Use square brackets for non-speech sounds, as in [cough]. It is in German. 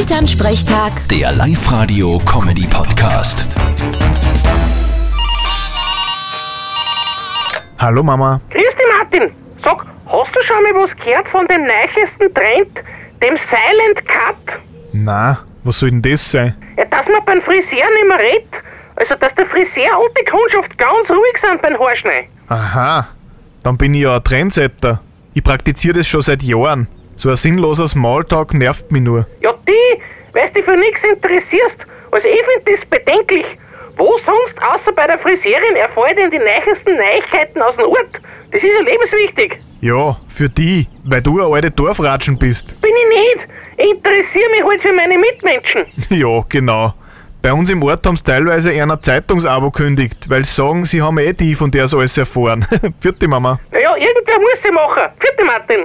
Elternsprechtag, Der Live-Radio-Comedy-Podcast. Hallo Mama. Grüß dich, Martin. Sag, hast du schon mal was gehört von dem neuesten Trend, dem Silent Cut? Na, was soll denn das sein? Ja, dass man beim Friseur nicht mehr redet. Also, dass der Friseur und die Kundschaft ganz ruhig sind beim Haarschneiden. Aha, dann bin ich ja ein Trendsetter. Ich praktiziere das schon seit Jahren. So ein sinnloser Smalltalk nervt mich nur. Ja, die, weil du dich für nichts interessierst. Also, ich finde das bedenklich. Wo sonst außer bei der Friseurin erfreut denn die neuesten Neuigkeiten aus dem Ort? Das ist ja lebenswichtig. Ja, für die, weil du ein alte Dorfratschen bist. [laughs] Bin ich nicht. Ich interessiere mich halt für meine Mitmenschen. ja, genau. Bei uns im Ort haben sie teilweise einer Zeitungsabo kündigt, weil sie sagen, sie haben eh die, von der sie alles erfahren. [laughs] Vierte Mama. Naja, irgendwer muss sie machen. Vierte Martin.